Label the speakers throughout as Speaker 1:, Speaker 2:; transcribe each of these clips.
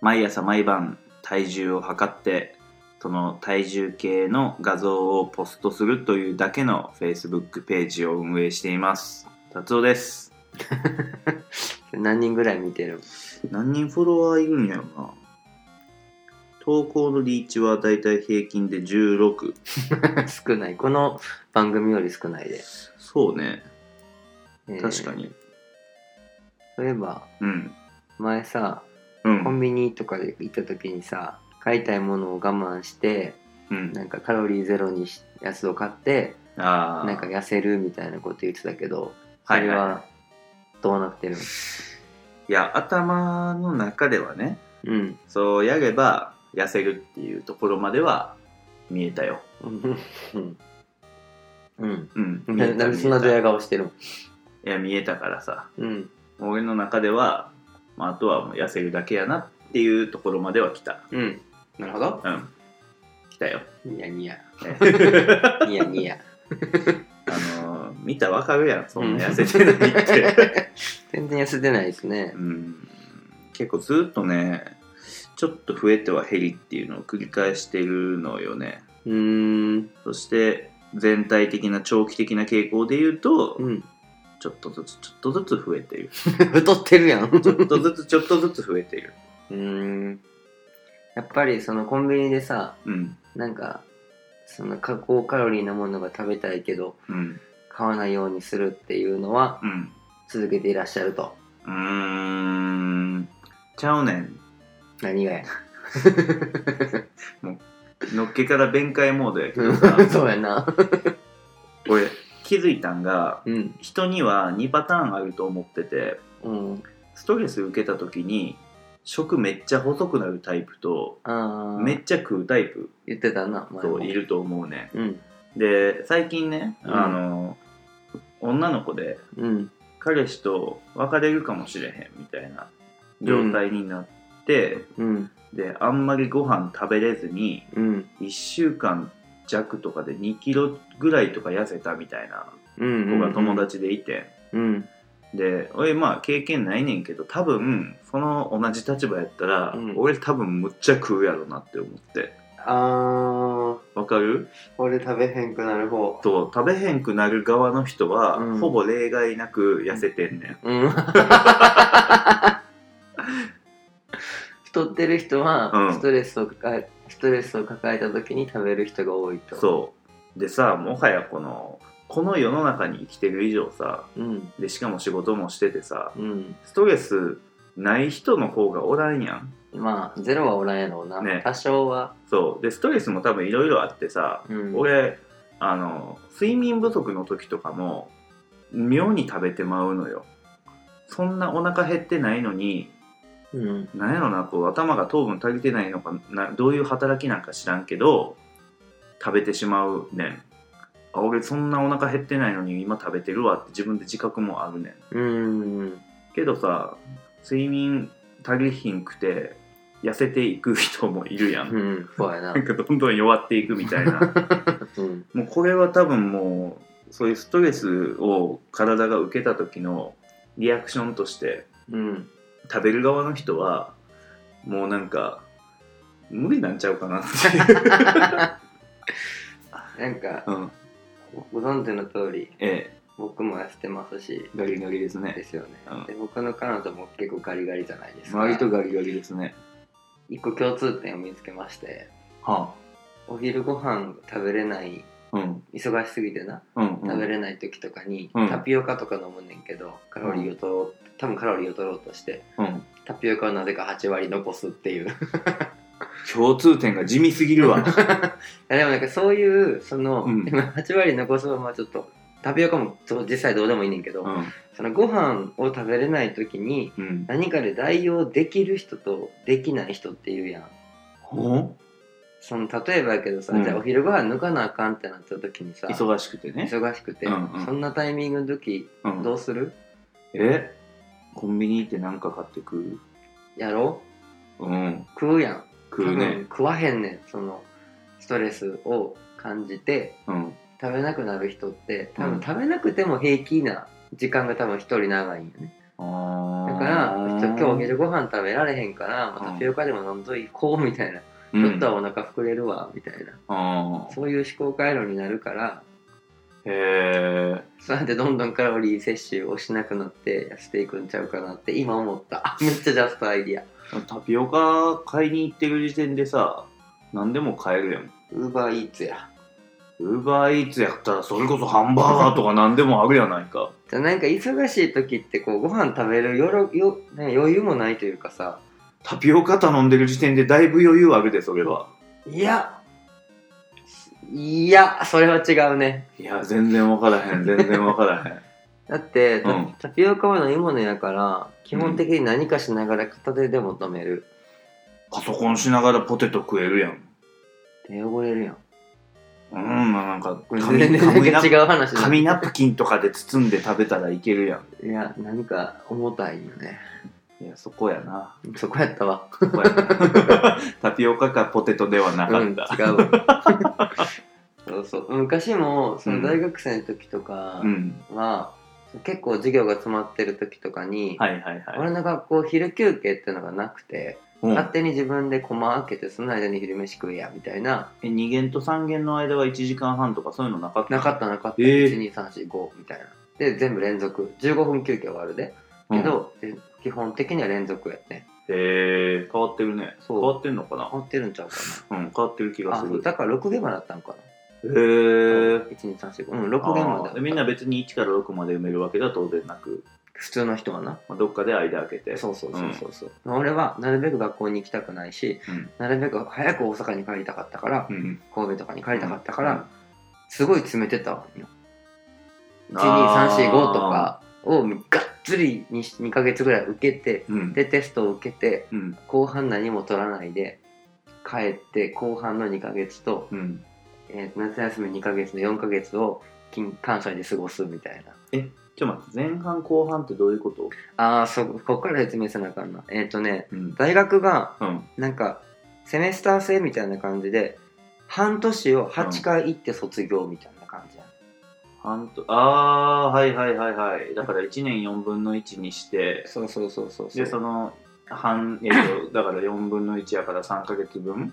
Speaker 1: 毎朝毎晩体重を測ってその体重計の画像をポストするというだけの Facebook ページを運営しています達夫です
Speaker 2: 何人ぐらい見てる
Speaker 1: 何人フォロワーいるんやろな投稿のリーチはだいたい平均で16
Speaker 2: の少ないこの番組より少ないで、
Speaker 1: そうね
Speaker 2: えー
Speaker 1: 確かに、
Speaker 2: そういえば
Speaker 1: うん
Speaker 2: 前さ
Speaker 1: う
Speaker 2: コン
Speaker 1: ん
Speaker 2: ビニとかで行った時にさ買いたいものを我慢して
Speaker 1: うん
Speaker 2: なんかカロリーゼロにしやつを買って
Speaker 1: ああ
Speaker 2: なんか痩せるみたいなこと言ってたけどそ
Speaker 1: はい
Speaker 2: れはどうなってるの、
Speaker 1: いや頭の中ではね
Speaker 2: うん
Speaker 1: そうやれば痩せるっていうところまでは見えたよ
Speaker 2: うんうん
Speaker 1: うん見
Speaker 2: な
Speaker 1: え
Speaker 2: な
Speaker 1: た
Speaker 2: んでそんな
Speaker 1: 見
Speaker 2: ド
Speaker 1: え
Speaker 2: ヤ顔してるの
Speaker 1: たいや見えたからさ
Speaker 2: うん
Speaker 1: 俺の中では、まあ、あとはもう痩せるだけやなっていうところまでは来た
Speaker 2: うんなるほど
Speaker 1: うん来たよ
Speaker 2: ニヤニヤ
Speaker 1: ね
Speaker 2: ニヤニ ヤ
Speaker 1: あのー見たらわかるやんそんな痩せてないって、
Speaker 2: 全然痩せてないですね
Speaker 1: うん、結構ずっとねちょっと増えては減りっていうのを繰り返してるのよね
Speaker 2: うーん
Speaker 1: そして全体的な長期的な傾向で言うと、
Speaker 2: うん
Speaker 1: ちょっとずつちょっとずつ増えている
Speaker 2: 太ってるやん
Speaker 1: ちょっとずつちょっとずつ増えている
Speaker 2: うーんやっぱりそのコンビニでさ
Speaker 1: うん
Speaker 2: なんかその加工カロリーのものが食べたいけど
Speaker 1: うん
Speaker 2: 買わないようにするっていうのは
Speaker 1: うん
Speaker 2: 続けていらっしゃると
Speaker 1: うーんちゃうねん
Speaker 2: 何がや
Speaker 1: のっけから弁解モードやけ
Speaker 2: う
Speaker 1: ど
Speaker 2: ん
Speaker 1: さ
Speaker 2: そうやな
Speaker 1: 俺気づいたんが
Speaker 2: うん
Speaker 1: 人には2パターンあると思ってて
Speaker 2: うん
Speaker 1: ストレス受けた時に食めっちゃ細くなるタイプと
Speaker 2: ああ
Speaker 1: めっちゃ食うタイプ
Speaker 2: 言ってたな前も
Speaker 1: といると思うね
Speaker 2: うん
Speaker 1: んで最近ね、
Speaker 2: うん
Speaker 1: あの女の子で
Speaker 2: うん
Speaker 1: 彼氏と別れるかもしれへんみたいな状態になって、
Speaker 2: うん
Speaker 1: であんまりご飯食べれずに
Speaker 2: うん
Speaker 1: 1週間弱とかで2キロぐらいとか痩せたみたいな
Speaker 2: うん
Speaker 1: 子が友達でいて、
Speaker 2: うん
Speaker 1: で俺まあ経験ないねんけど多分その同じ立場やったら、
Speaker 2: うん
Speaker 1: 俺多分むっちゃ食うやろなって思って
Speaker 2: ああ
Speaker 1: わかる
Speaker 2: 俺食べへんくなる方
Speaker 1: と食べへんくなる側の人は、
Speaker 2: うん
Speaker 1: ほぼ例外なく痩せてんねん、
Speaker 2: うん 太ってる人
Speaker 1: う
Speaker 2: は
Speaker 1: ん
Speaker 2: ストレスを抱え、ストレスを抱えた時に食べる人が多いと
Speaker 1: そうでさもはやこのこの世の中に生きてる以上さ
Speaker 2: ううん
Speaker 1: でしかも仕事もしててさ
Speaker 2: うん
Speaker 1: ストレスない人の方がおらんやん
Speaker 2: まあゼロはおらんやろうな、
Speaker 1: ね
Speaker 2: 多少は、
Speaker 1: そうでストレスも多分いろいろあってさ、
Speaker 2: うん、
Speaker 1: 俺あの睡眠不足の時とかも妙に食べてまうのよそんなお腹減ってないのに
Speaker 2: うん
Speaker 1: なんやろなこう頭が糖分足りてないのかなどういう働きなんか知らんけど食べてしまうねんあ俺そんなお腹減ってないのに今食べてるわって自分で自覚もあるねん
Speaker 2: うん
Speaker 1: けどさ睡眠足りひんくて痩せていく人もいるやん
Speaker 2: うんそうやな
Speaker 1: なんかどんどん弱っていくみたいな
Speaker 2: うん
Speaker 1: もうこれは多分もうそういうストレスを体が受けた時のリアクションとして
Speaker 2: うん
Speaker 1: 食べる側の人はもうなんか無理なんちゃうかなっていう、
Speaker 2: なんか
Speaker 1: うん、
Speaker 2: ご存知の通り
Speaker 1: ええ
Speaker 2: 僕も痩せてますし
Speaker 1: ガリガリです
Speaker 2: で
Speaker 1: ね
Speaker 2: すよね、
Speaker 1: うん
Speaker 2: で僕の彼女も結構ガリガリじゃないですか
Speaker 1: 割とガリガリですね
Speaker 2: 一個共通点を見つけまして
Speaker 1: は
Speaker 2: お昼ご飯食べれない
Speaker 1: あうん
Speaker 2: 忙しすぎてな
Speaker 1: うんうん
Speaker 2: 食べれない時とかに、
Speaker 1: うん
Speaker 2: タピオカとか飲むねんけどカロリーを取ろう多分カロリーを取ろうとして
Speaker 1: うん
Speaker 2: タピオカをなぜか8割残すっていう い
Speaker 1: 共通点が地味すぎるわ
Speaker 2: やでもなんかそういうその、
Speaker 1: うん
Speaker 2: 今8割残すのはまあちょっとタピオカもそう実際どうでもいいねんけど、
Speaker 1: うん
Speaker 2: そのご飯を食べれない時に
Speaker 1: うん
Speaker 2: 何かで代用できる人とできない人っていうやん
Speaker 1: ほん
Speaker 2: その例えばやけどさ、
Speaker 1: うん
Speaker 2: じゃあお昼ご飯抜かなあかんってなった時にさ
Speaker 1: 忙しくてね、
Speaker 2: 忙しくて、
Speaker 1: うんうん
Speaker 2: そんなタイミングの時
Speaker 1: うん
Speaker 2: どうする、
Speaker 1: えコンビニ行って何か買って食う
Speaker 2: やろ
Speaker 1: うん
Speaker 2: う食うやん
Speaker 1: 食う
Speaker 2: 多分
Speaker 1: ね
Speaker 2: 食わへんねんそのストレスを感じて
Speaker 1: うん
Speaker 2: 食べなくなる人って多
Speaker 1: う
Speaker 2: 分
Speaker 1: ん
Speaker 2: 食べなくても平気な時間が多分一人長いんよね
Speaker 1: あ
Speaker 2: だ
Speaker 1: ー
Speaker 2: から今日お昼ご飯食べられへんから、まあタピオカでも飲んどいこうみたいな、
Speaker 1: うん
Speaker 2: ちょっとはお腹膨れるわみたいな
Speaker 1: あー
Speaker 2: そういう思考回路になるから
Speaker 1: へえ
Speaker 2: そうやってどんどんカロリー摂取をしなくなって痩せていくんちゃうかなって今思った めっちゃジャストアイディア
Speaker 1: タピオカ買いに行ってる時点でさ何でも買えるやん
Speaker 2: ウーバーイーツや
Speaker 1: ウーバーイーツやったらそれこそハンバーガーとか何でもあるやないか
Speaker 2: じゃあなんか忙しい時ってこうご飯食べるよろよ、ね、余裕もないというかさ
Speaker 1: タピオカ頼んでる時点でだいぶ余裕あるでそれはい
Speaker 2: やいやそれは違うね
Speaker 1: いや全然分からへん全然分から へん
Speaker 2: だって、タ
Speaker 1: うん
Speaker 2: タピオカは飲み物やから基本的に何かしながら片手でも飲める、
Speaker 1: パソコンしながらポテト食えるやん
Speaker 2: 手汚れるやん
Speaker 1: うんなんか
Speaker 2: これ
Speaker 1: 紙
Speaker 2: 全然
Speaker 1: 紙ナ
Speaker 2: なんか違う話だ
Speaker 1: 紙ナプキンとかで包んで食べたらいけるや
Speaker 2: いやなんか重たいよね
Speaker 1: んいやそこやな
Speaker 2: そこやったわ
Speaker 1: そこや なタピオカかポテトではなか
Speaker 2: う
Speaker 1: っ
Speaker 2: ん、違
Speaker 1: た
Speaker 2: う わそうそう昔もその大学生の時とか
Speaker 1: うん、
Speaker 2: は、結構授業が詰まってる時とかに、
Speaker 1: はいはいはい
Speaker 2: 俺の学校昼休憩っていうのがなくて、
Speaker 1: うん
Speaker 2: 勝手に自分で駒開けてその間に昼飯食えやみたいな
Speaker 1: え2限と3限の間は1時間半とかそういうのなかった
Speaker 2: なかったなかった、
Speaker 1: えー
Speaker 2: 12345みたいなで全部連続15分休憩はあるでけど、で基本的には連続やね
Speaker 1: うんへえ変わってるね
Speaker 2: そ
Speaker 1: 変
Speaker 2: う
Speaker 1: わってんのかな
Speaker 2: 変わってるんちゃうか
Speaker 1: うん変わってる気
Speaker 2: な
Speaker 1: が
Speaker 2: あ
Speaker 1: す
Speaker 2: そう
Speaker 1: る
Speaker 2: だから6ゲームだったんかな
Speaker 1: へえ
Speaker 2: 12345うん6ゲームだった
Speaker 1: みんな別に1から6まで埋めるわけでは当然なく、
Speaker 2: 普通の人はな
Speaker 1: まあ、どっかで間開けて
Speaker 2: そうそうそうそうそう、俺はなるべく学校に行きたくないし、
Speaker 1: うん
Speaker 2: なるべく早く大阪に帰りたかったから、
Speaker 1: うん
Speaker 2: 神戸とかに帰りたかったから、すごい詰めてたわよ
Speaker 1: うん
Speaker 2: 12345とかをがっつり 2, 2ヶ月ぐらい受けて
Speaker 1: うん
Speaker 2: でテストを受けて
Speaker 1: うん
Speaker 2: 後半何も取らないで帰って後半の2ヶ月と、
Speaker 1: うん
Speaker 2: えー夏休み2ヶ月の4ヶ月を金関西で過ごすみたいな
Speaker 1: ちょっと待って前半後半ってどういうこと
Speaker 2: ああそここっから説明せなあかんなえっ、とね
Speaker 1: うん
Speaker 2: 大学が
Speaker 1: うん
Speaker 2: なんかセメスター制みたいな感じで半年を8回行って卒業みたいな感じや、
Speaker 1: 半とああーはいはいはいはいだから1年4分の1にして
Speaker 2: そうそうそうそう
Speaker 1: でその半えっとだから4分の1やから3ヶ月分、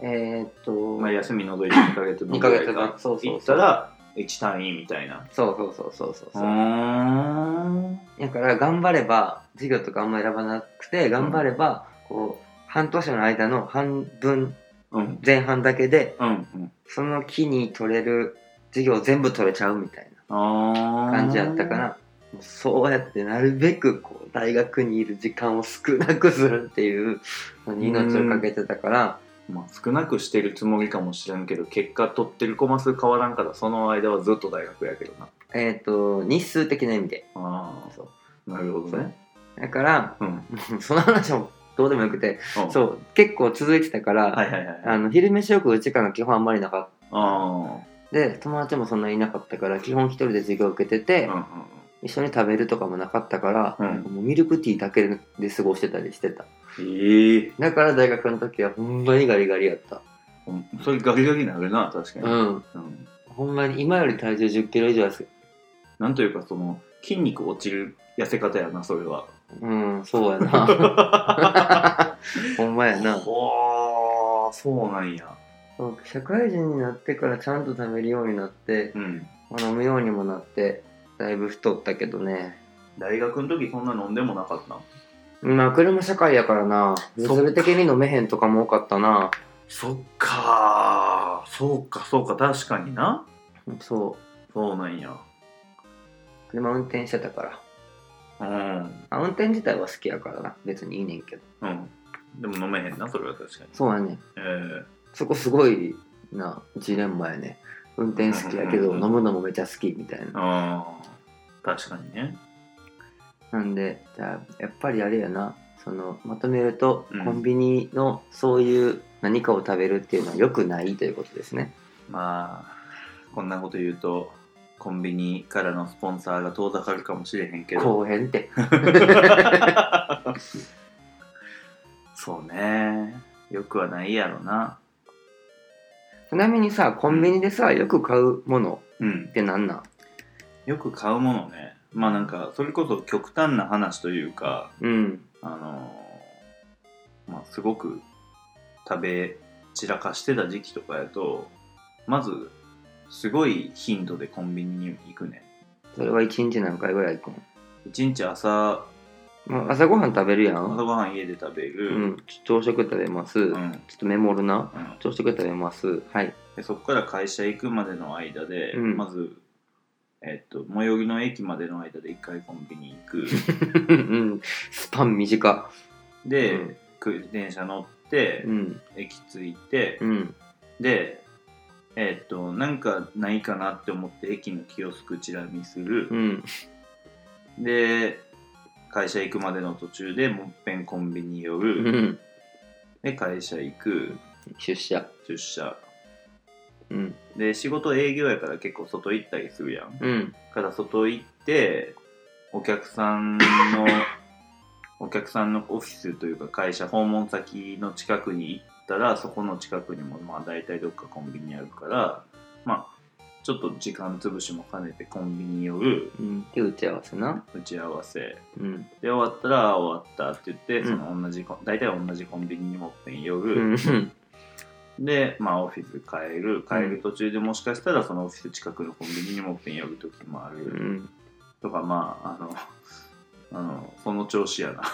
Speaker 2: えーっと、
Speaker 1: まあ、休み除いて2ヶ月分
Speaker 2: 2
Speaker 1: ぐ
Speaker 2: ヶ
Speaker 1: らい
Speaker 2: 月
Speaker 1: か
Speaker 2: 間そうそ
Speaker 1: 行
Speaker 2: う
Speaker 1: っ
Speaker 2: そ
Speaker 1: た
Speaker 2: う
Speaker 1: ら1単位みたいな
Speaker 2: そうそうそうそうそう
Speaker 1: う
Speaker 2: そう
Speaker 1: ーん
Speaker 2: だから頑張れば授業とかあんま選ばなくて頑張ればこう半年の間の半分
Speaker 1: うん
Speaker 2: 前半だけで
Speaker 1: うんうん
Speaker 2: その期に取れる授業全部取れちゃうみたい
Speaker 1: あー
Speaker 2: な感じやったからもうそうやってなるべくこう大学にいる時間を少なくするっていうのに命をかけてたから
Speaker 1: まあ、少なくしてるつもりかもしれんけど結果取ってるコマ数変わらんからその間はずっと大学やけどな
Speaker 2: えーっと日数的な意味で
Speaker 1: あ
Speaker 2: そう
Speaker 1: あなるほどね
Speaker 2: だから
Speaker 1: うん
Speaker 2: その話もどうでもよくて
Speaker 1: う
Speaker 2: そう結構続いてたから、
Speaker 1: はいはいはい
Speaker 2: あの昼飯よくう時間が基本あんまりなかっ
Speaker 1: あ
Speaker 2: たで友達もそんなにいなかったから基本一人で授業受けてて、
Speaker 1: ーうんうん
Speaker 2: 一緒に食べるとかもなかったから、
Speaker 1: うん
Speaker 2: なんかもうミルクティーだけで過ごしてたりしてた
Speaker 1: ええ
Speaker 2: だから大学の時はほんまにガリガリやった
Speaker 1: うんそれガリガリになるな確かに、
Speaker 2: うん
Speaker 1: うん
Speaker 2: ほんまに今より体重1 0キロ以上です
Speaker 1: なんというかその筋肉落ちる痩せ方やなそれは
Speaker 2: うんそうやなほんまやな
Speaker 1: ほーそうなんや
Speaker 2: そう社会人になってからちゃんと食べるようになって
Speaker 1: うん
Speaker 2: 飲むようにもなってだいぶ太ったけどね
Speaker 1: 大学の時そんな飲んでもなかった
Speaker 2: まあ車社会やからな
Speaker 1: そっか
Speaker 2: 物理的に飲めへんとかも多かったな
Speaker 1: そっかーそうかそうか確かにな
Speaker 2: そ
Speaker 1: そうなんや
Speaker 2: う車運転してたか
Speaker 1: う
Speaker 2: ら
Speaker 1: ん
Speaker 2: あ運転自体は好きやからな別にいいねんけど
Speaker 1: うん。でも飲めへんな、それは確かに。
Speaker 2: そうやね
Speaker 1: え
Speaker 2: そこすごいなジレンマやね運転好きやけ
Speaker 1: うん
Speaker 2: ど
Speaker 1: うんうん
Speaker 2: 飲むのもめちゃ好きみたい
Speaker 1: ー、
Speaker 2: な
Speaker 1: あー確かにね。
Speaker 2: なんでじゃあやっぱりあれやなそのまとめると、
Speaker 1: うん
Speaker 2: コンビニのそういう何かを食べるっていうのは良くないということですね
Speaker 1: まあ、こんなこと言うと、コンビニからのスポンサーが遠ざかるかもしれへんけど。
Speaker 2: 後編って
Speaker 1: そうね。よくはないやろな。
Speaker 2: ちなみにさコンビニでさよく買うもの
Speaker 1: うん
Speaker 2: っ。てなんなん
Speaker 1: よく買うものね。まあなんかそれこそ極端な話というか
Speaker 2: うん
Speaker 1: あのーまあすごく食べ散らかしてた時期とかやとまずすごい頻度でコンビニに行くね
Speaker 2: それは一日何回ぐらい行く
Speaker 1: 一日朝
Speaker 2: の、まあ、朝ごはん食べるや
Speaker 1: 朝
Speaker 2: ん、
Speaker 1: ごはん家で食べ
Speaker 2: う
Speaker 1: る、
Speaker 2: ん、ちょ朝食食べます、
Speaker 1: うん
Speaker 2: ちょ
Speaker 1: うん
Speaker 2: っとメモるな朝食食べますはい
Speaker 1: でそこから会社行くまでの間で、
Speaker 2: うん
Speaker 1: まず、えっと最寄りの駅までの間で一回コンビニ行 く
Speaker 2: うんスパン短
Speaker 1: で、
Speaker 2: うん
Speaker 1: く電車乗って、
Speaker 2: うん
Speaker 1: 駅着いて、
Speaker 2: うん
Speaker 1: でえっとなんかないかなって思って駅のキオスクチラ見する
Speaker 2: う、ん
Speaker 1: で会社行くまでの途中でもっぺんコンビニ寄
Speaker 2: う
Speaker 1: る、
Speaker 2: ん
Speaker 1: で会社行く
Speaker 2: 出社
Speaker 1: 出社
Speaker 2: うん
Speaker 1: で仕事営業やから結構外行ったりするやん、
Speaker 2: うん
Speaker 1: から外行ってお客さんの お客さんのオフィスというか会社訪問先の近くに行ったらそこの近くにもまあ大体どっかコンビニあるからまあちょっと時間潰しも兼ねてコンビニ寄る
Speaker 2: うんで打ち合わせな
Speaker 1: 打ち合わせ
Speaker 2: うん
Speaker 1: で終わったらあ終わったって言って、
Speaker 2: うん
Speaker 1: その同じコン大体同じコンビニにもっぺん寄
Speaker 2: う
Speaker 1: る、
Speaker 2: んうん
Speaker 1: でまあオフィス帰る帰る途中でもしかしたらそのオフィス近くのコンビニにもっぺん寄る時もある、
Speaker 2: うん
Speaker 1: とかまああのあの その調子やな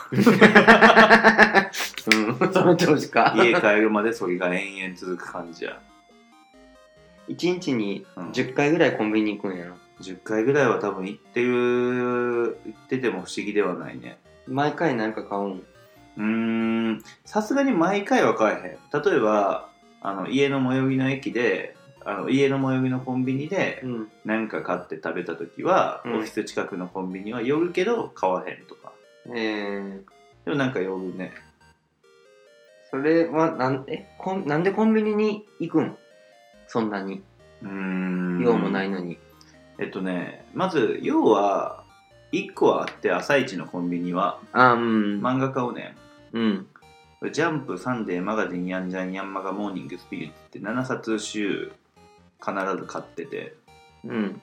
Speaker 2: その調子か
Speaker 1: 家帰るまでそれが延々続く感じや
Speaker 2: 一日に
Speaker 1: うん
Speaker 2: 10回ぐらいコンビニ行くんやな
Speaker 1: 10回ぐらいは多分行ってる行ってても不思議ではないね
Speaker 2: 毎回何か買うん
Speaker 1: うーんさすがに毎回は買えへん例えばあの家の最寄りの駅であの家の最寄りのコンビニで
Speaker 2: うん
Speaker 1: 何か買って食べた時は、
Speaker 2: うん
Speaker 1: オフィス近くのコンビニは寄るけど買わへんとか
Speaker 2: えー、
Speaker 1: でもなんか寄るね
Speaker 2: それはなんえこんなんでコンビニに行くんそんなに
Speaker 1: うーん
Speaker 2: 用もないのに
Speaker 1: えっとね、まず、要は、1個はあって、朝一のコンビニは、
Speaker 2: あうん、
Speaker 1: 漫画買うね
Speaker 2: うん
Speaker 1: ん。ジャンプ、サンデー、マガジン、ヤンジャン、ヤンマガ、モーニング、スピリッツって7冊週、必ず買ってて。
Speaker 2: うん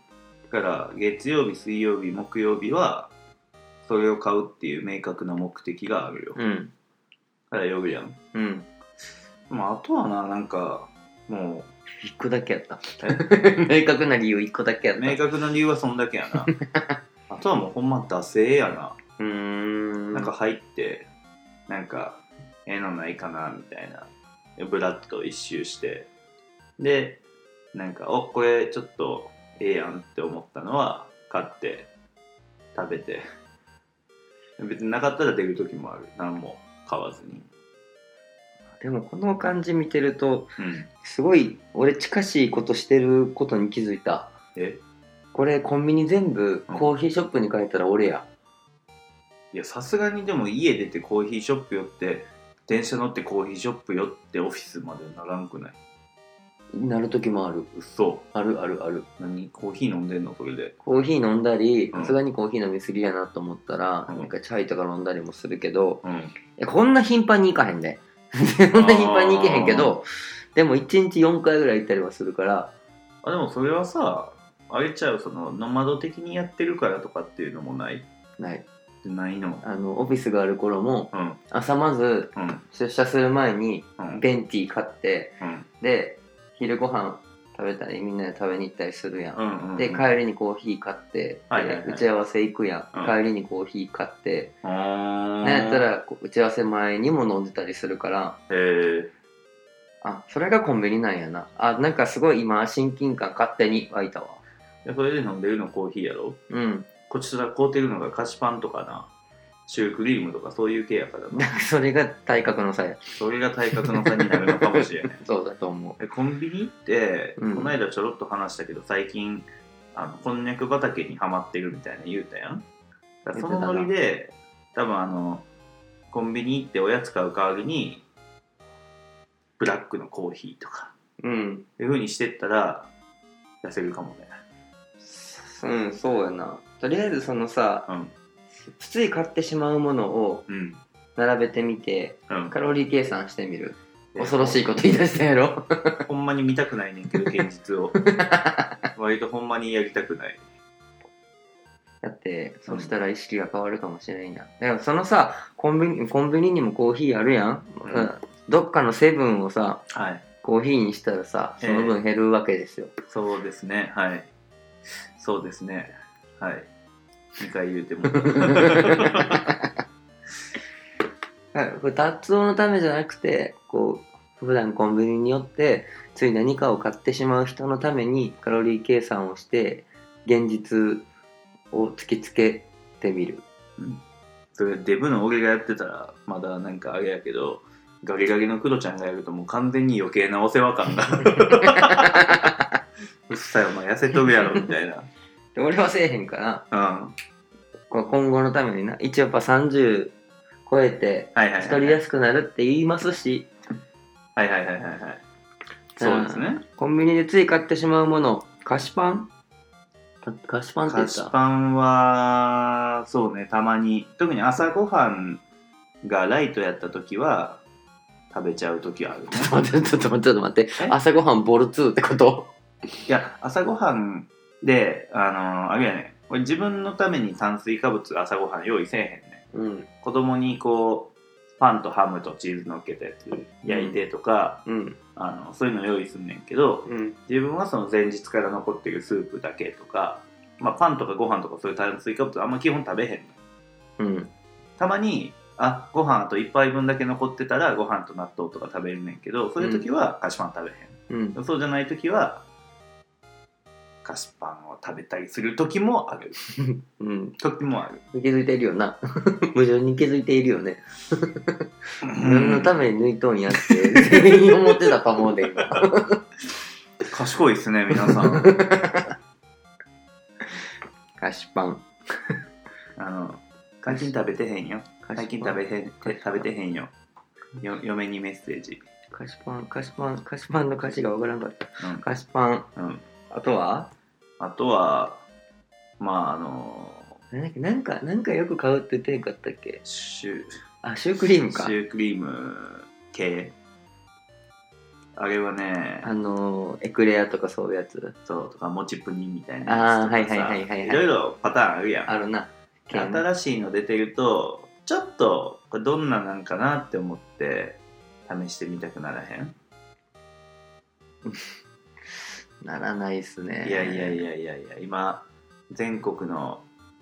Speaker 1: だから、月曜日、水曜日、木曜日は、それを買うっていう明確な目的があるよ。だ
Speaker 2: うん
Speaker 1: から、よるやん。
Speaker 2: うん
Speaker 1: まあ、あとはな、なんか、も
Speaker 2: 一個だ けやった明確な理由一個だけやっ
Speaker 1: う、
Speaker 2: た
Speaker 1: 明確な理由はそんだけやな。あとはもう、ほんま、惰性やな。
Speaker 2: うーん
Speaker 1: なんか入って、なんか、ええのないかな、みたいな。でブラッと一周して。で、なんか、お、これちょっとええやんって思ったのは、買って、食べて。別になかったら出る時もある。何も買わずに。
Speaker 2: でもこの感じ見てると
Speaker 1: うん。
Speaker 2: すごい俺近しいことしてることに気づいた
Speaker 1: え
Speaker 2: これコンビニ全部コーヒーショップに変えたら俺や、
Speaker 1: いや、さすがにでも家出てコーヒーショップ寄って、電車乗ってコーヒーショップ寄ってオフィスまでならんくない
Speaker 2: なる時もある
Speaker 1: 嘘。
Speaker 2: あるあるある
Speaker 1: 何コーヒー飲んでんのそれで。
Speaker 2: コーヒー飲んだり
Speaker 1: うん
Speaker 2: さすがにコーヒー飲みすぎやなと思ったら、
Speaker 1: うん
Speaker 2: なんかチャイとか飲んだりもするけど
Speaker 1: うん。
Speaker 2: いやこんな頻繁に行かへんで こんな頻繁に行けへんけどでも1日4回ぐらい行ったりはするから
Speaker 1: あでもそれはさあげちゃうそのノマド的にやってるからとかっていうのもない
Speaker 2: ない
Speaker 1: ないの
Speaker 2: あのオフィスがある頃も
Speaker 1: うん
Speaker 2: 朝まず
Speaker 1: うん
Speaker 2: 出社する前に
Speaker 1: うん
Speaker 2: ベンティー買って
Speaker 1: うん
Speaker 2: で昼ご飯食べたりみんなで食べに行ったりするやん、
Speaker 1: うんうん
Speaker 2: で
Speaker 1: る
Speaker 2: 帰りにコーヒー買って、
Speaker 1: はいはいはい
Speaker 2: で打ち合わせ行くやん、
Speaker 1: う
Speaker 2: 帰りにコーヒー買って、
Speaker 1: あ
Speaker 2: なんやったらこう打ち合わせ前にも飲んでたりするから
Speaker 1: えー、
Speaker 2: あそれがコンビニなんやなあなんかすごい今親近感勝手に湧いたわ
Speaker 1: でそれで飲んでるのコーヒーやろ
Speaker 2: うん
Speaker 1: こっちら買うてるのが菓子パンとかなシュークリームとかそういう系やからな
Speaker 2: なんかそれが体格の差や
Speaker 1: それが体格の差になるのかもしれない
Speaker 2: そうだと思
Speaker 1: えコンビニって、
Speaker 2: うん
Speaker 1: この間ちょろっと話したけど最近あのこんにゃく畑にはまってるみたいな言うたやんだからそのノリで多分あのコンビニ行っておやつ買う代わりにブラックのコーヒーとか
Speaker 2: ううん
Speaker 1: いうふうにしてったら痩せるかもね
Speaker 2: うんそうやなとりあえずそのさ
Speaker 1: うん
Speaker 2: つい買ってしまうものを
Speaker 1: うん
Speaker 2: 並べてみて
Speaker 1: うん
Speaker 2: カロリー計算してみる恐ろしいこと言い出したやろ
Speaker 1: ほんまに見たく ないねんけど現実を割とほんまにやりたくない
Speaker 2: だって、そしたら意識が変わるかもしれんやん。でもそのさ、コンビニ、コンビニにもコーヒーあるやん。
Speaker 1: うん
Speaker 2: うんどっかのセブンをさ、
Speaker 1: はい
Speaker 2: コーヒーにしたらさ、その分減るわけですよ。
Speaker 1: そうですねはいそうですねはい2回言うても
Speaker 2: はい、これ達夫のためじゃなくてこう普段コンビニによってつい何かを買ってしまう人のためにカロリー計算をして現実を突きつけてみる
Speaker 1: それデブの俺がやってたらまだなんかあれやけどガリガリのクロちゃんがやるともう完全に余計なお世話感がうっさいお前痩せとるやろみたいな
Speaker 2: で俺はせえへんから
Speaker 1: うん
Speaker 2: こう今後のためにな一応やっぱ30超えて
Speaker 1: はいはいはい
Speaker 2: 太りやすくなるって言いますし
Speaker 1: はいはいはいはいはいそうですね
Speaker 2: コンビニでつい買ってしまうもの菓子パンか菓子パンって言
Speaker 1: 菓
Speaker 2: った
Speaker 1: 子パンはそうねたまに特に朝ごはんがライトやった時は食べちゃう時はあるね
Speaker 2: ちょっ と待ってちょっと待ってちょっと待って
Speaker 1: え
Speaker 2: 朝ごはんボル2ってこと
Speaker 1: いや朝ごはんであのあれやね俺自分のために炭水化物朝ごはん用意せえへんね
Speaker 2: うん
Speaker 1: 子供にこうパンとハムとチーズのっけたやつ焼いてとか、
Speaker 2: うん
Speaker 1: あのそういうの用意すんねんけど
Speaker 2: うん
Speaker 1: 自分はその前日から残ってるスープだけとか、まあ、パンとかご飯とかそういう炭水化物あんま基本食べへんねん
Speaker 2: うん
Speaker 1: たまにあご飯あと1杯分だけ残ってたらご飯と納豆とか食べるねんけどそういう時は菓子パン食べへ
Speaker 2: うん
Speaker 1: ん、そうじゃない時は菓子パンを食べたりする時もある
Speaker 2: うん、
Speaker 1: 時もある
Speaker 2: 気づいているよな 無情に気づいているよね、何のために抜いとんやって全員思ってたかもで今
Speaker 1: 賢いっすね皆さ ん
Speaker 2: 菓子パン
Speaker 1: あの最近食べてへんよ
Speaker 2: 菓子パン
Speaker 1: 最近食べへんて食べてへんよよ嫁にメッセージ
Speaker 2: 菓子パン菓子パン菓子パンの菓子がわからんかった
Speaker 1: うん
Speaker 2: 菓子パン
Speaker 1: うん
Speaker 2: あとは
Speaker 1: あとはまああの
Speaker 2: なんだっけなんかなんかよく買うって言ってんかったっけ
Speaker 1: シュ
Speaker 2: あシュークリーム
Speaker 1: シ
Speaker 2: か
Speaker 1: ュークリーム系あれはね
Speaker 2: あのーエクレアとかそういうやつ
Speaker 1: そうとかもちプニンみたいな
Speaker 2: あー
Speaker 1: やつとかさ
Speaker 2: はいはいはいはいはい
Speaker 1: ろいろパターンあるやん
Speaker 2: あるな
Speaker 1: で新しいの出てるとちょっとこれどんななんかなって思って試してみたくならへん、
Speaker 2: ならないっすね
Speaker 1: いやいやいやいやいや今全国の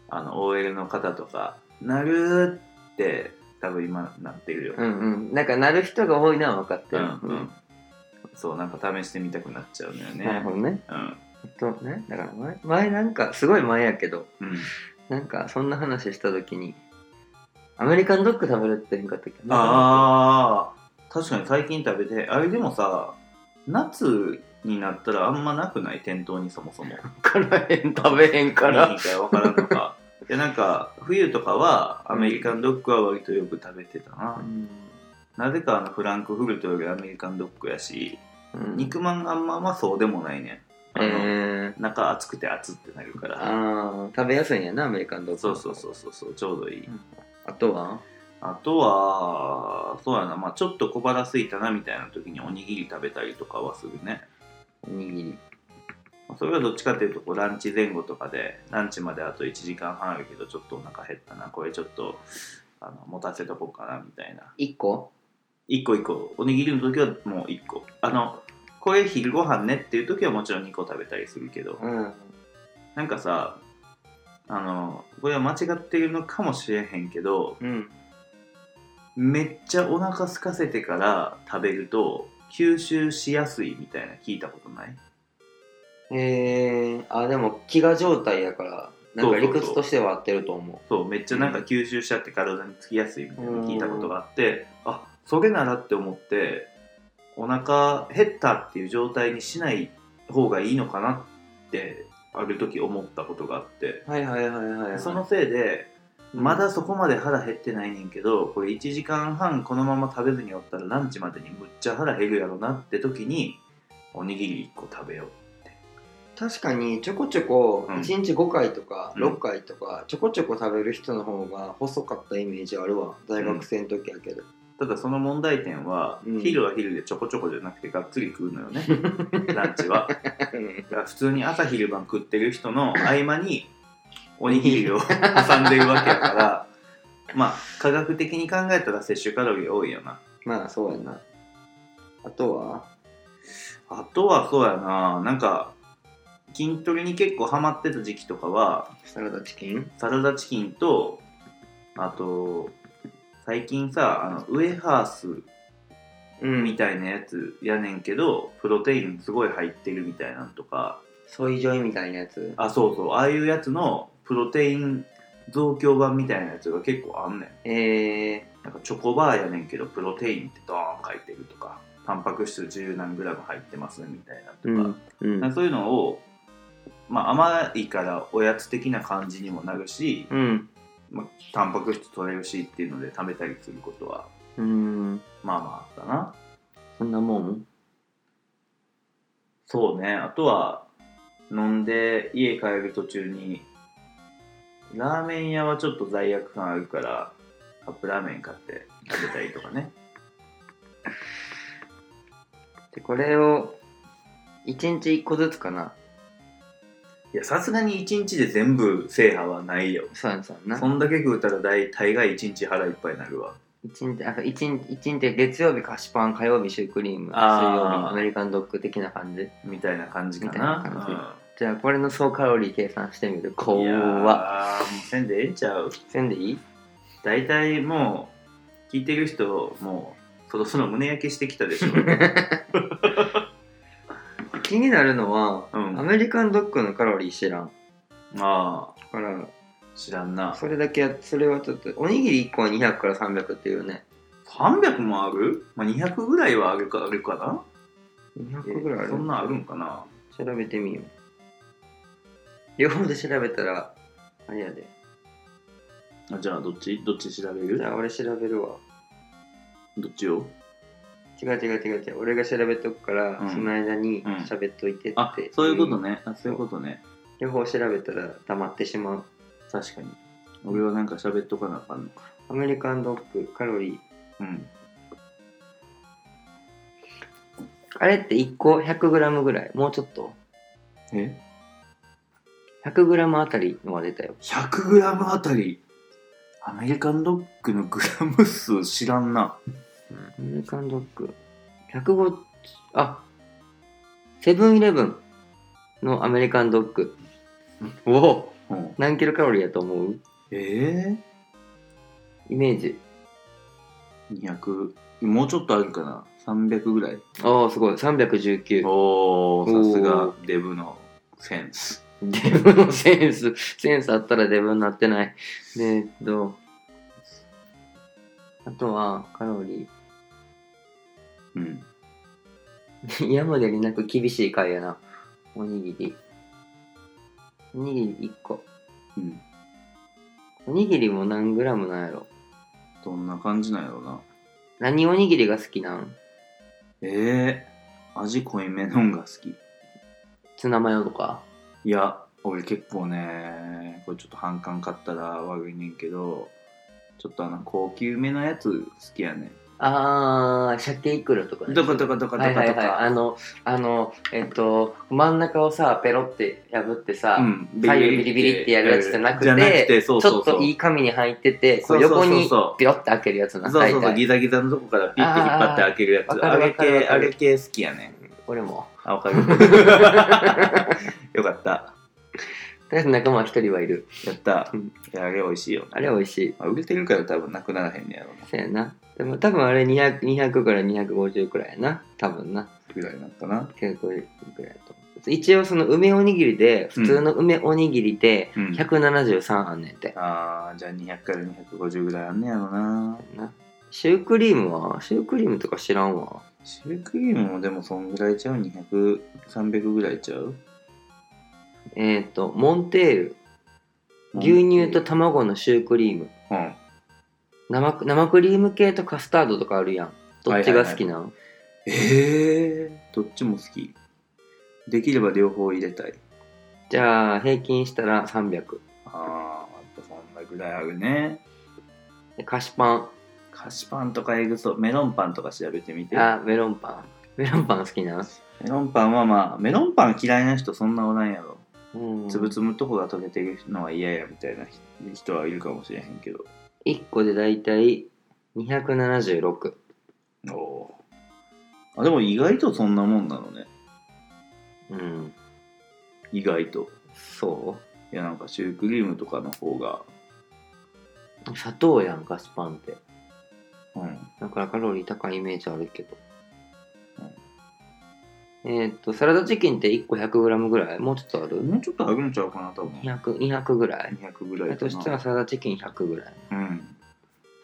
Speaker 1: あの OL の方とかなるって多分今なってるよ、
Speaker 2: うんうんなんかなる人が多いのは分かって
Speaker 1: う
Speaker 2: る、
Speaker 1: んうんそうなんか試してみたくなっちゃうのよね
Speaker 2: なるほどね
Speaker 1: うん
Speaker 2: とね、だから前前なんかすごい前やけど
Speaker 1: うん
Speaker 2: なんかそんな話した時にアメリカンドッグ食べるって言うんかったっけ
Speaker 1: ああ確かに最近食べてあれでもさ夏になったらあんまなくない店頭にそもそも
Speaker 2: あからへん食べへんか
Speaker 1: 見
Speaker 2: ら
Speaker 1: に行ったら分からんの かいやなんか冬とかはアメリカンドッグは割とよく食べてたな、
Speaker 2: うん
Speaker 1: なぜかあのフランクフルトよりアメリカンドッグやし
Speaker 2: うん
Speaker 1: 肉まんがあんままあそうでもないねあ
Speaker 2: え
Speaker 1: の、
Speaker 2: ー、
Speaker 1: 中熱くて熱ってなるから
Speaker 2: あー食べやすいんやなアメリカンドッグ
Speaker 1: そうそうそうそうそうちょうどいい、
Speaker 2: うんあとは
Speaker 1: あとはそうやなまあちょっと小腹空いたなみたいな時におにぎり食べたりとかはするね
Speaker 2: おにぎり
Speaker 1: それはどっちかっていうとこうランチ前後とかでランチまであと1時間半あるけどちょっとお腹減ったなこれちょっとあの持たせとこうかなみたいな
Speaker 2: 1個
Speaker 1: 1個1個おにぎりの時はもう1個あのこれ昼ご飯ねっていう時はもちろん2個食べたりするけど
Speaker 2: うん
Speaker 1: なんかさあのこれは間違ってるのかもしれへんけど
Speaker 2: うん
Speaker 1: めっちゃお腹空かせてから食べると吸収しやすいみたいな聞いたことない
Speaker 2: えー、あでも飢餓状態やからなんか理屈としては合ってると思
Speaker 1: そうめっちゃなんか吸収しちゃって体につきやすいみたいなの聞いたことがあって、あそれならって思ってお腹減ったっていう状態にしない方がいいのかなってある時思ったことがあって
Speaker 2: うはいはいはいはい、はい、
Speaker 1: そのせいでまだそこまで腹減ってないねんけどこれ1時間半このまま食べずにおったらランチまでにむっちゃ腹減るやろなって時におにぎり1個食べよう
Speaker 2: 確かにちょこちょこ
Speaker 1: うん
Speaker 2: 1日5回とか
Speaker 1: うん
Speaker 2: 6回とかちょこちょこ食べる人の方が細かったイメージあるわ大学生の時やけど、
Speaker 1: ただその問題点は、
Speaker 2: うん
Speaker 1: 昼は昼でちょこちょこじゃなくてがっつり食うの よねランチは。だから普通に朝昼晩食ってる人の合間におにぎりを挟んでるわけや からまあ科学的に考えたら摂取カロリー多いよな
Speaker 2: まあそうやなあとは
Speaker 1: あとはそうやななんか筋トレに結構ハマってた時期とかは
Speaker 2: サラダチキン
Speaker 1: サラダチキンとあと最近さあのウエハース
Speaker 2: う
Speaker 1: みたいなやつやねんけどプロテインすごい入ってるみたいなんとか
Speaker 2: ソイジョイみたいなやつ
Speaker 1: あそうそうああいうやつのプロテイン増強版みたいなやつが結構あんねん
Speaker 2: え
Speaker 1: なんかチョコバーやねんけどプロテインってドーン書いてるとかタンパク質10何グラム入ってますみたいなとか
Speaker 2: ー、、う
Speaker 1: なん
Speaker 2: ん
Speaker 1: かそういうのを、まあ、甘いからおやつ的な感じにもなるし、
Speaker 2: うん
Speaker 1: まあ、タンパク質取れるしっていうので食べたりすることは
Speaker 2: うん
Speaker 1: まあまああったな
Speaker 2: そんなもん
Speaker 1: そうねあとは飲んで家帰る途中にラーメン屋はちょっと罪悪感あるからカップラーメン買って食べたりとかね
Speaker 2: でこれを1日1個ずつかない
Speaker 1: やさすがに1日で全部制覇はないよ
Speaker 2: そうやんそうやんな
Speaker 1: そんだけ食うたら大大概1日腹いっぱいになるわ
Speaker 2: 一日あ一日一日月曜日菓子パン火曜日シュークリーム水
Speaker 1: あー
Speaker 2: 曜日アメリカンドッグ的な感じ
Speaker 1: みたいな感じかな
Speaker 2: みたいな感じじゃあこれの総カロリー計算してみる
Speaker 1: うん、いやーも
Speaker 2: 怖っ
Speaker 1: うせんでええんちゃう
Speaker 2: せんでいい
Speaker 1: 大体もう聞いてる人もうそろそろ胸焼けしてきたでしょ
Speaker 2: 気になるのは、
Speaker 1: うん
Speaker 2: アメリカンドッグのカロリー知らん
Speaker 1: あ
Speaker 2: だから
Speaker 1: あ知らんな
Speaker 2: それだけやそれはちょっとおにぎり1個は200から300っていうね
Speaker 1: 300もある、まあ、200ぐらいはあるかあるかな
Speaker 2: 200ぐらいあ
Speaker 1: え
Speaker 2: る
Speaker 1: そんなんあるんかな
Speaker 2: 調べてみよう両方で調べたらあれやで
Speaker 1: あじゃあどっちどっち調べ
Speaker 2: じゃ
Speaker 1: る
Speaker 2: あ俺調べるわ
Speaker 1: どっちを
Speaker 2: 違う違う違う違う俺が調べとくから、
Speaker 1: うん
Speaker 2: その間に
Speaker 1: うん
Speaker 2: 喋っといてって、
Speaker 1: あそういうことねあそういうことね
Speaker 2: 両方調べたら溜まってしまう
Speaker 1: 確かに俺はなんか喋っとかなあかんのか
Speaker 2: アメリカンドッグカロリー
Speaker 1: うん
Speaker 2: あれって1個 100g ぐらいもうちょっと
Speaker 1: え
Speaker 2: 100g あたりのが出たよ
Speaker 1: 100g あたりアメリカンドッグのグラム数知らんな
Speaker 2: アメリカンドッグ105あセブンイレブンのアメリカンドッグおお
Speaker 1: うん
Speaker 2: 何キロカロリーやと思う
Speaker 1: え
Speaker 2: イメージ
Speaker 1: え200もうちょっとあるかな300ぐらい
Speaker 2: ああすごい319
Speaker 1: おおさすが
Speaker 2: お
Speaker 1: デブのセンス
Speaker 2: デブのセンスセンスあったらデブになってないでえっとあとはカロリ
Speaker 1: うん
Speaker 2: ー 山でりなく厳しい回やなおにぎりおにぎり1個
Speaker 1: うん
Speaker 2: おにぎりも何グラムなんやろ
Speaker 1: どんな感じなんやろうな
Speaker 2: 何おにぎりが好きなん
Speaker 1: ええ味濃いめのんが好き
Speaker 2: ツナマヨとか
Speaker 1: いや俺結構ねこれちょっと反感買ったら悪いねんけどちょっとあの高級めのやつ好きやね
Speaker 2: あー、鮭イクラとか
Speaker 1: ん
Speaker 2: ね。
Speaker 1: どことかどこど
Speaker 2: はい
Speaker 1: こ
Speaker 2: はい
Speaker 1: ど
Speaker 2: はい。
Speaker 1: か
Speaker 2: あの、あの、えっと、真ん中をさ、ペロって破ってさ、
Speaker 1: うん
Speaker 2: 左右ビリビリってやるやつじゃなくて
Speaker 1: じゃなくてそうそうそう
Speaker 2: ちょっといい紙に入ってて、こ
Speaker 1: そうそ
Speaker 2: う
Speaker 1: うそ
Speaker 2: 横
Speaker 1: う
Speaker 2: に
Speaker 1: そう
Speaker 2: ピロって開けるやつな。
Speaker 1: そうそうそ
Speaker 2: 大
Speaker 1: う
Speaker 2: 体
Speaker 1: ギザギザのとこからピッて引っ張って開けるや
Speaker 2: あ
Speaker 1: つ
Speaker 2: ーわ
Speaker 1: あ
Speaker 2: かる
Speaker 1: れ
Speaker 2: わかるわ
Speaker 1: 系
Speaker 2: か
Speaker 1: あ
Speaker 2: る
Speaker 1: れ系好きやねん
Speaker 2: 俺も。
Speaker 1: あわかるよかった
Speaker 2: とりあえず仲間一人はいる。
Speaker 1: やった
Speaker 2: うん
Speaker 1: いやあれ美味しいよ
Speaker 2: あれ美味しい。
Speaker 1: まあ、売れてるから多分なくならへんねやろな
Speaker 2: そうやな。でも多分あれ200、200から250くらいやな。多分な。
Speaker 1: ぐらいなんかな
Speaker 2: 結構いいくらいだと思う。一応その梅おにぎりで、普通の梅おにぎりで
Speaker 1: うん
Speaker 2: 173あんねんて。
Speaker 1: あーじゃあ200から250ぐらいあんねやろな
Speaker 2: なシュークリームはシュークリームとか知らんわ
Speaker 1: シュークリームもでもそんぐらいちゃう200300ぐらいちゃう
Speaker 2: えっ、とモンテール牛乳と卵のシュークリーム
Speaker 1: うん
Speaker 2: 生生クリーム系とカスタードとかあるやんどっちが好きなん、
Speaker 1: ええー、どっちも好きできれば両方入れたい
Speaker 2: じゃあ平均したら300
Speaker 1: あーやっぱそんなぐらいあるね
Speaker 2: で菓子パン
Speaker 1: 菓子パンとかエグそうメロンパンとか調べてみて
Speaker 2: あメロンパンメロンパン好きなん
Speaker 1: メロンパンはまあメロンパン嫌いな人そんなおらんやろ
Speaker 2: うん、
Speaker 1: つぶつむとこが溶けていくのは嫌やみたいな人はいるかもしれへんけど
Speaker 2: 1個でだいたい276
Speaker 1: おあでも意外とそんなもんなのね
Speaker 2: うん
Speaker 1: 意外と
Speaker 2: そ
Speaker 1: いやなんかシュークリームとかの方が
Speaker 2: う砂糖やん菓子パンって
Speaker 1: うん
Speaker 2: だからカロリー高いイメージあるけど、えーっとサラダチキンって1個 100g ぐらいもうちょっとある
Speaker 1: もうちょっとあるんちゃうかな多分
Speaker 2: 200, 200ぐらい
Speaker 1: 200ぐらいかな
Speaker 2: だとしたらサラダチキン100ぐらい
Speaker 1: うん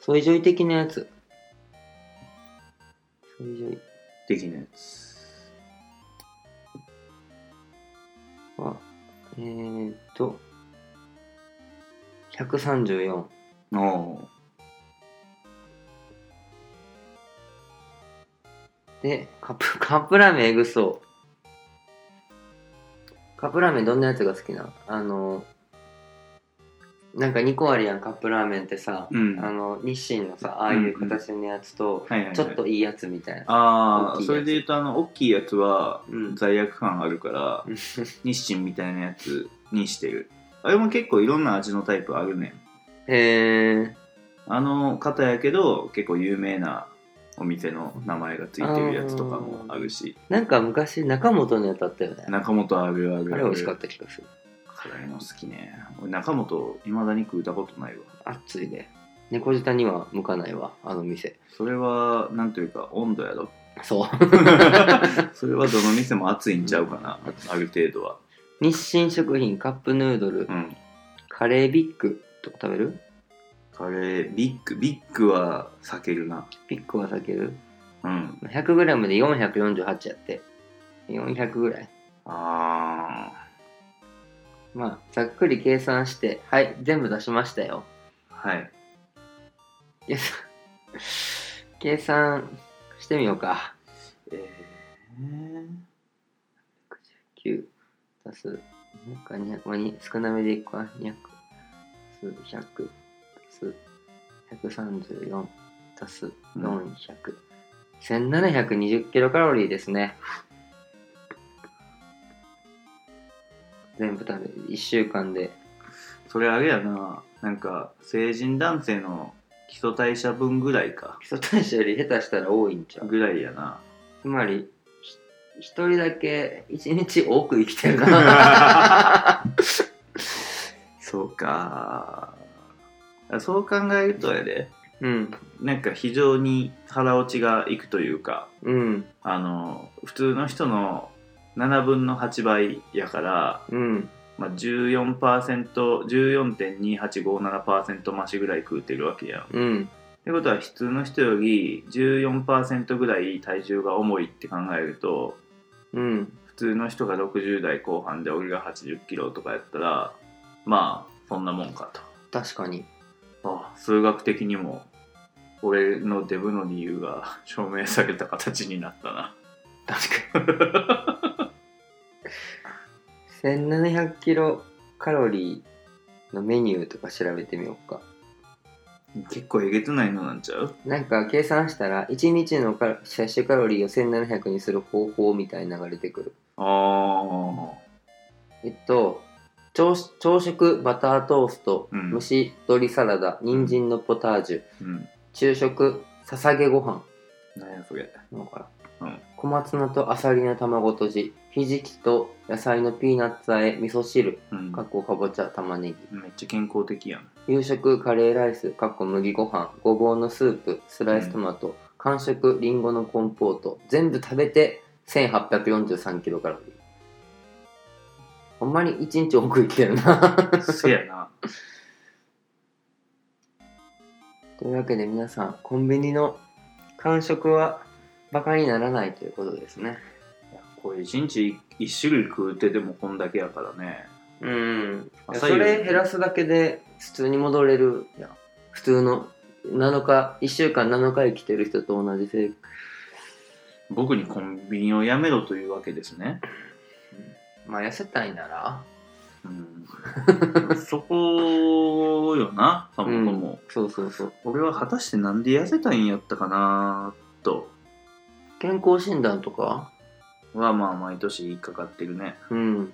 Speaker 2: ソイジョイ的なやつソイジョイ
Speaker 1: 的なやつ
Speaker 2: はえー、っと134
Speaker 1: おお
Speaker 2: でカップカップラーメンえぐそうカップラーメンどんなやつが好きなあのなんか2個あるやんカップラーメンってさ、
Speaker 1: うん
Speaker 2: あの日清のさああいう形のやつと、
Speaker 1: はいはい、はい、
Speaker 2: ちょっといいやつみたいな、
Speaker 1: ああ
Speaker 2: 大きいやつ
Speaker 1: それで言うとあの大きいやつは
Speaker 2: うん
Speaker 1: 罪悪感ある から
Speaker 2: うん
Speaker 1: 日清みたいなやつにしてるあれも結構いろんな味のタイプあるねん
Speaker 2: へえ
Speaker 1: あの方やけど結構有名なお店の名前がついてるやつとかもあるし
Speaker 2: なんか昔中本のやつあったよね
Speaker 1: 中本あるあるあ
Speaker 2: あ
Speaker 1: る
Speaker 2: れ美味しかった気がする
Speaker 1: 辛いの好きね俺中本いまだに食うたことないわ
Speaker 2: 熱いで猫舌には向かないわあの店
Speaker 1: それはなんというか温度や ろ
Speaker 2: そう
Speaker 1: それはどの店も熱いんちゃうかなある程度は
Speaker 2: 日清食品カップヌードル
Speaker 1: うん
Speaker 2: カレービッグとか食べる
Speaker 1: カレービッグビッグは避けるな
Speaker 2: ビッグは避ける
Speaker 1: うん
Speaker 2: まあ 100g で448やって400ぐらい
Speaker 1: あ
Speaker 2: まあざっくり計算してはい全部出しましたよ
Speaker 1: あはい
Speaker 2: 計算 計算してみようか
Speaker 1: え
Speaker 2: 9足す2か200、まあ、に少なめでいくか200足す100足す134足す400、1720キロカロリーですね全部食べ1週間で
Speaker 1: それあれやななんか成人男性の基礎代謝分ぐらいか
Speaker 2: 基礎代謝より下手したら多いんちゃう
Speaker 1: ぐらいやな
Speaker 2: つまりひ一人だけ一日多く生きてる な
Speaker 1: そうかそう考えるとやで
Speaker 2: うん
Speaker 1: なんか非常に腹落ちがいくというか
Speaker 2: うん
Speaker 1: あの普通の人の7分の8倍やから、
Speaker 2: うん
Speaker 1: まあ、14%14.2857% 増しぐらい食うてるわけやん。っ
Speaker 2: うん
Speaker 1: てことは普通の人より14%ぐらい体重が重いって考えると
Speaker 2: うん
Speaker 1: 普通の人が60代後半で俺が8 0キロとかやったらまあそんなもんかと。
Speaker 2: 確かに
Speaker 1: あ数学的にも俺のデブの理由が 証明された形になったな
Speaker 2: 確かに1700キロカロリーのメニューとか調べてみようか
Speaker 1: 結構えげつないのなんちゃう
Speaker 2: なんか計算したら1日のカロ摂取カロリーを1700にする方法みたいなのが出てくる
Speaker 1: あ
Speaker 2: えっと朝食朝食バタートースト、
Speaker 1: うん
Speaker 2: 蒸し鶏サラダ人参のポタージ
Speaker 1: あ
Speaker 2: ュ
Speaker 1: うん
Speaker 2: 昼食ささげご飯
Speaker 1: 何やそれ
Speaker 2: なのかな、
Speaker 1: うん
Speaker 2: 小松菜とあさりの卵とじひじきと野菜のピーナッツあえ味噌汁
Speaker 1: うん
Speaker 2: かっこかぼちゃ玉ねぎ
Speaker 1: めっちゃ健康的やん
Speaker 2: 夕食カレーライスかっこ麦ご飯ごぼうのスープスライストマト、完食りんごのコンポート全部食べて1843キロカロリーほんまに1日多く生きてるな
Speaker 1: せやな
Speaker 2: というわけで皆さんコンビニの完食はバカにならないということですね
Speaker 1: これ一日一種類食うてでもこんだけやからね
Speaker 2: うんそ
Speaker 1: 朝夕
Speaker 2: れ減らすだけで普通に戻れるやん普通の7日1週間7日生きてる人と同じ生活
Speaker 1: 僕にコンビニをやめろというわけですね
Speaker 2: まあ痩せたいなら
Speaker 1: うん そこよなそもそも、
Speaker 2: そうそうそう
Speaker 1: 俺は果たしてなんで痩せたいんやったかなと
Speaker 2: 健康診断とか
Speaker 1: はまあ毎年引っかかってるね
Speaker 2: うん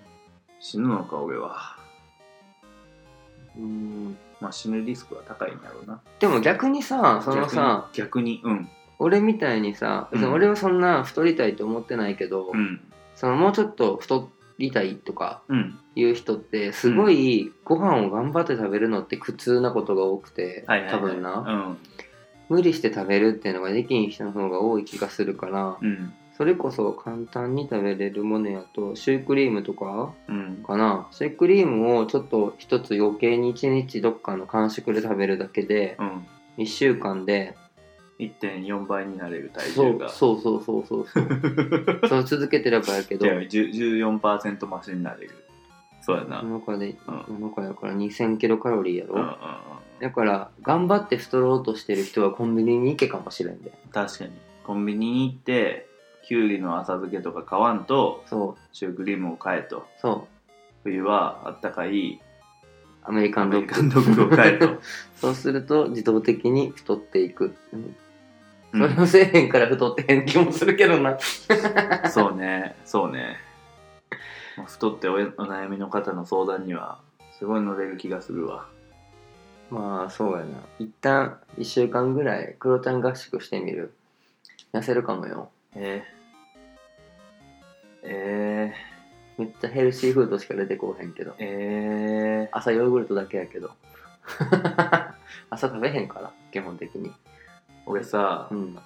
Speaker 1: 死ぬのか俺は
Speaker 2: うん
Speaker 1: まあ死ぬリスクは高いんだろうな
Speaker 2: でも逆にさそのさ
Speaker 1: 逆に逆に
Speaker 2: 俺みたいにさ、別に
Speaker 1: うん
Speaker 2: 俺はそんな太りたいと思ってないけど、
Speaker 1: うんうん
Speaker 2: そのもうちょっと太りたいとか
Speaker 1: うん
Speaker 2: いう人ってすごいご飯を頑張って食べるのって苦痛なことが多くて、
Speaker 1: はいはい、
Speaker 2: 多
Speaker 1: はい、
Speaker 2: 分な、無理して食べるっていうのができん人の方が多い気がするから
Speaker 1: うんうん
Speaker 2: それこそ簡単に食べれるものやとシュークリームとか
Speaker 1: うん
Speaker 2: かなシュークリームをちょっと一つ余計に一日どっかの間食で食べるだけで
Speaker 1: うん
Speaker 2: 1週間で
Speaker 1: 1.4倍になれる体
Speaker 2: そ
Speaker 1: 重
Speaker 2: う
Speaker 1: が
Speaker 2: そうそうそうそうそう そう続けてればやけど
Speaker 1: じゃあ10 14%増しになれるそうやな、うん
Speaker 2: 7日で
Speaker 1: うん
Speaker 2: 7日やから2000キロカロリーやろ、
Speaker 1: うんうん、
Speaker 2: だから頑張って太ろうとしてる人はコンビニに行けかもしれんで
Speaker 1: 確かにコンビニに行ってきゅうりの浅漬けとか買わんと
Speaker 2: そう
Speaker 1: シュークリームを買えと
Speaker 2: そう
Speaker 1: 冬はあったかい
Speaker 2: アメリカ
Speaker 1: ア
Speaker 2: ンド
Speaker 1: メリ
Speaker 2: ッグ
Speaker 1: カンドッグを買えと、
Speaker 2: そうすると自動的に太っていく、うん
Speaker 1: う
Speaker 2: それをせえへんから太ってへん気もするけどな
Speaker 1: んそうねそうねまあ太っておお悩みの方の相談にはすごい乗れる気がするわ
Speaker 2: まあそうやな一旦1週間ぐらいクロちゃん合宿してみる痩せるかもよ
Speaker 1: えー、え
Speaker 2: めっちゃヘルシーフードしか出てこうへんけど
Speaker 1: ー、え
Speaker 2: 朝ヨーグルトだけやけど 朝食べへんから基本的に
Speaker 1: ー、俺さ
Speaker 2: うん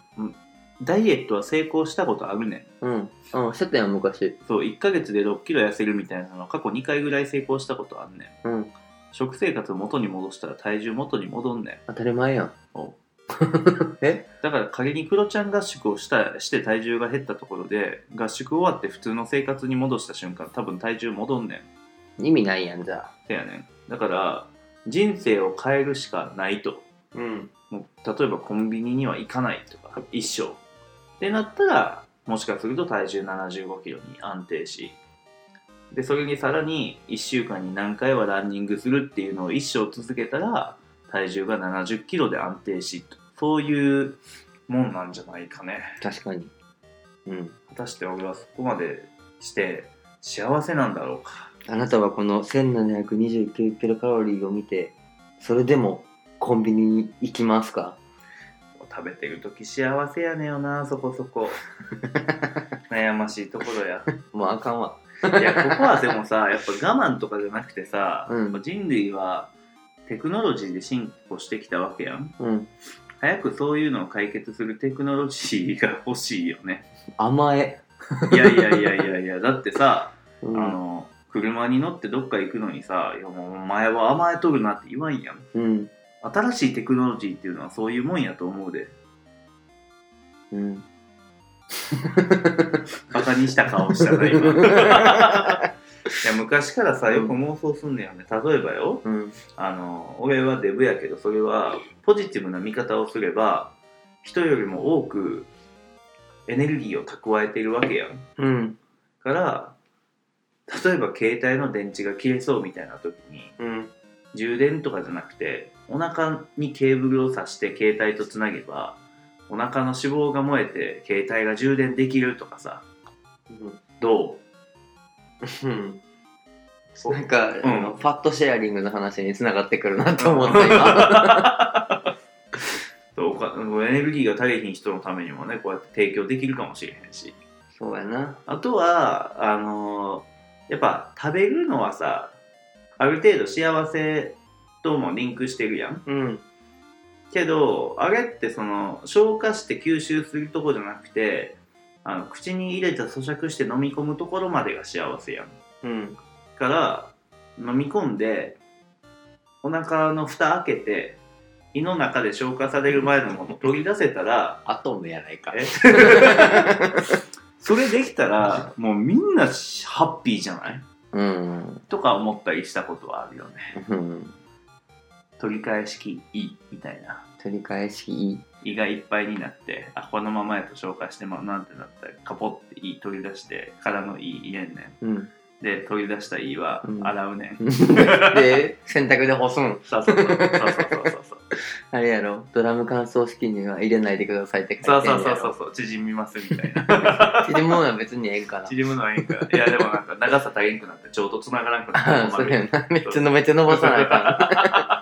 Speaker 1: ダイエットは成功したことあるねん
Speaker 2: うんうんしてたよ昔
Speaker 1: そう1ヶ月で6キロ痩せるみたいなのは過去2回ぐらい成功したことあんねん
Speaker 2: うん
Speaker 1: 食生活を元に戻したら体重元に戻んねん
Speaker 2: 当たり前やん
Speaker 1: お
Speaker 2: え
Speaker 1: だから仮にクロちゃん合宿をしたして体重が減ったところで合宿終わって普通の生活に戻した瞬間多分体重戻んねん
Speaker 2: 意味ないやんじゃあ
Speaker 1: せやねんだから人生を変えるしかないと
Speaker 2: うん
Speaker 1: もう例えばコンビニには行かないとか一生ってなったらもしかすると体重7 5キロに安定しでそれにさらに1週間に何回はランニングするっていうのを一生続けたら体重が7 0キロで安定しそういうもんなんじゃないかね
Speaker 2: 確かにうん
Speaker 1: 果たして俺はそこまでして幸せなんだろうか
Speaker 2: あなたはこの1729キロカロリーを見て、それでもコンビニに行きますか
Speaker 1: 食べてる時幸せやねよなそこそこ悩ましいところや
Speaker 2: もうあかんわ。
Speaker 1: いやここはでもさ やっぱ我慢とかじゃなくてさ、
Speaker 2: うん
Speaker 1: 人類はテクノロジーで進歩してきたわけやん
Speaker 2: うん。
Speaker 1: 早くそういうのを解決するテクノロジーが欲しいよね
Speaker 2: 甘え。
Speaker 1: いやいやいやいやいや だってさ、
Speaker 2: うん。
Speaker 1: あの車に乗ってどっか行くのにさ「いやもうお前は甘えとるな」って言わんやん
Speaker 2: うん。
Speaker 1: 新しいテクノロジーっていうのはそういうもんやと思うで
Speaker 2: うん。
Speaker 1: バカにした顔したな今 いや昔からさよく妄想すんねやね例えばよ、
Speaker 2: うん。
Speaker 1: あの俺はデブやけどそれはポジティブな見方をすれば人よりも多くエネルギーを蓄えているわけやん
Speaker 2: うん。
Speaker 1: から例えば携帯の電池が切れそうみたいな時に
Speaker 2: うん。
Speaker 1: 充電とかじゃなくてお腹にケーブルを挿して携帯とつなげばお腹の脂肪が燃えて携帯が充電できるとかさど
Speaker 2: うん。
Speaker 1: う
Speaker 2: なんか、
Speaker 1: うん
Speaker 2: あのファットシェアリングの話につながってくるなと思った 今。
Speaker 1: そうかエネルギーが足りひん人のためにもねこうやって提供できるかもしれへんし
Speaker 2: そうやな。
Speaker 1: あとは、あのやっぱ食べるのはさ、ある程度幸せともリンクしてるやん。
Speaker 2: うん。
Speaker 1: けど、あれってその、消化して吸収するとこじゃなくて、あの口に入れた咀嚼して飲み込むところまでが幸せやん。
Speaker 2: うん。
Speaker 1: から、飲み込んで、お腹の蓋開けて、胃の中で消化される前のもの取り出せたら、
Speaker 2: アトムやないか。
Speaker 1: え それできたら、もうみんなハッピーじゃない
Speaker 2: うん。
Speaker 1: とか思ったりしたことはあるよね
Speaker 2: うん。
Speaker 1: 取り返しきいいみたいな
Speaker 2: 取り返しいい。
Speaker 1: 胃がいっぱいになってあこのままやと消化してまうなんてなったらカポって胃取り出してからの胃入れんね
Speaker 2: うん。
Speaker 1: んで取り出した胃は
Speaker 2: うん
Speaker 1: 洗うねん、
Speaker 2: で、洗濯で干すん。
Speaker 1: そうそうそうそうそうそうそう
Speaker 2: あれやろドラム乾燥式には入れないでくださいって
Speaker 1: そ
Speaker 2: 書いうてあ
Speaker 1: そ
Speaker 2: る
Speaker 1: う
Speaker 2: や
Speaker 1: そう
Speaker 2: ろ
Speaker 1: そうそう縮みますみたいな
Speaker 2: 入れ物は別にええん かな
Speaker 1: 縮むのはいいんかいやでもなんか長さ足りんくなってちょうどつながらんくなっ
Speaker 2: ああ
Speaker 1: て
Speaker 2: そ
Speaker 1: 困
Speaker 2: うや
Speaker 1: る
Speaker 2: なめっちゃめっちゃ伸ばさなあ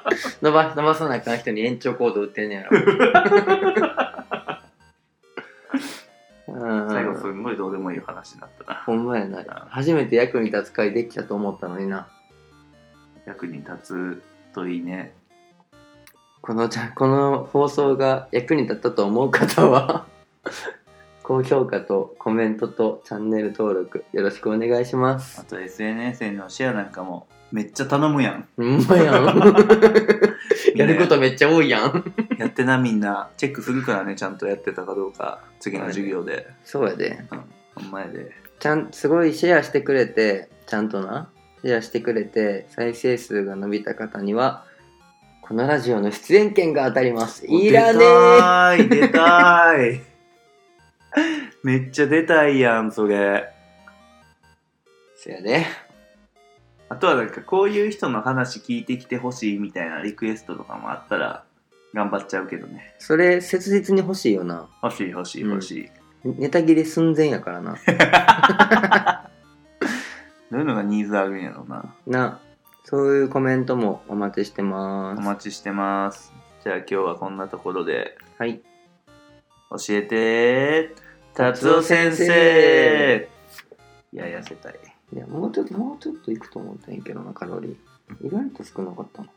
Speaker 2: かん 伸ば伸ばさなあかん人に延長コード売ってんねやろうん
Speaker 1: 最後すんごいどうでもいい話になったな
Speaker 2: ほんまやな初めて役に立つ会できたと思ったのにな
Speaker 1: 役に立つといいね
Speaker 2: このちゃこの放送が役に立ったと思う方は 高評価とコメントとチャンネル登録よろしくお願いします
Speaker 1: あと SNS へのシェアなんかもめっちゃ頼むやん
Speaker 2: ほんま やんやること
Speaker 1: みん
Speaker 2: めっちゃ多いやん
Speaker 1: なやってなみんなチェックするからねちゃんとやってたかどうか次の授業で
Speaker 2: そうやで
Speaker 1: お前で
Speaker 2: ちゃんすごいシェアしてくれてちゃんとなシェアしてくれて再生数が伸びた方にはこのラジオの出演権が当たりますいらねえ
Speaker 1: え出たーい出 たーいめっちゃ出たいやんそれ
Speaker 2: そやで
Speaker 1: あとはなんかこういう人の話聞いてきてほしいみたいなリクエストとかもあったら頑張っちゃうけどね
Speaker 2: それ切実に欲しいよな
Speaker 1: 欲しい欲しい
Speaker 2: うん
Speaker 1: 欲しい、
Speaker 2: ネタ切れ寸前やからな
Speaker 1: どういうのがニーズあるんやろうな
Speaker 2: なそういうコメントもお待ちしてま
Speaker 1: お
Speaker 2: す。
Speaker 1: 待ちしてますじゃあ今日はこんなところで
Speaker 2: はい。
Speaker 1: 教えて達夫先生いや痩せたい
Speaker 2: いや、もうちょっと、もうちょっといくと思ったんやけどな、カロリー。意外と少なかったな。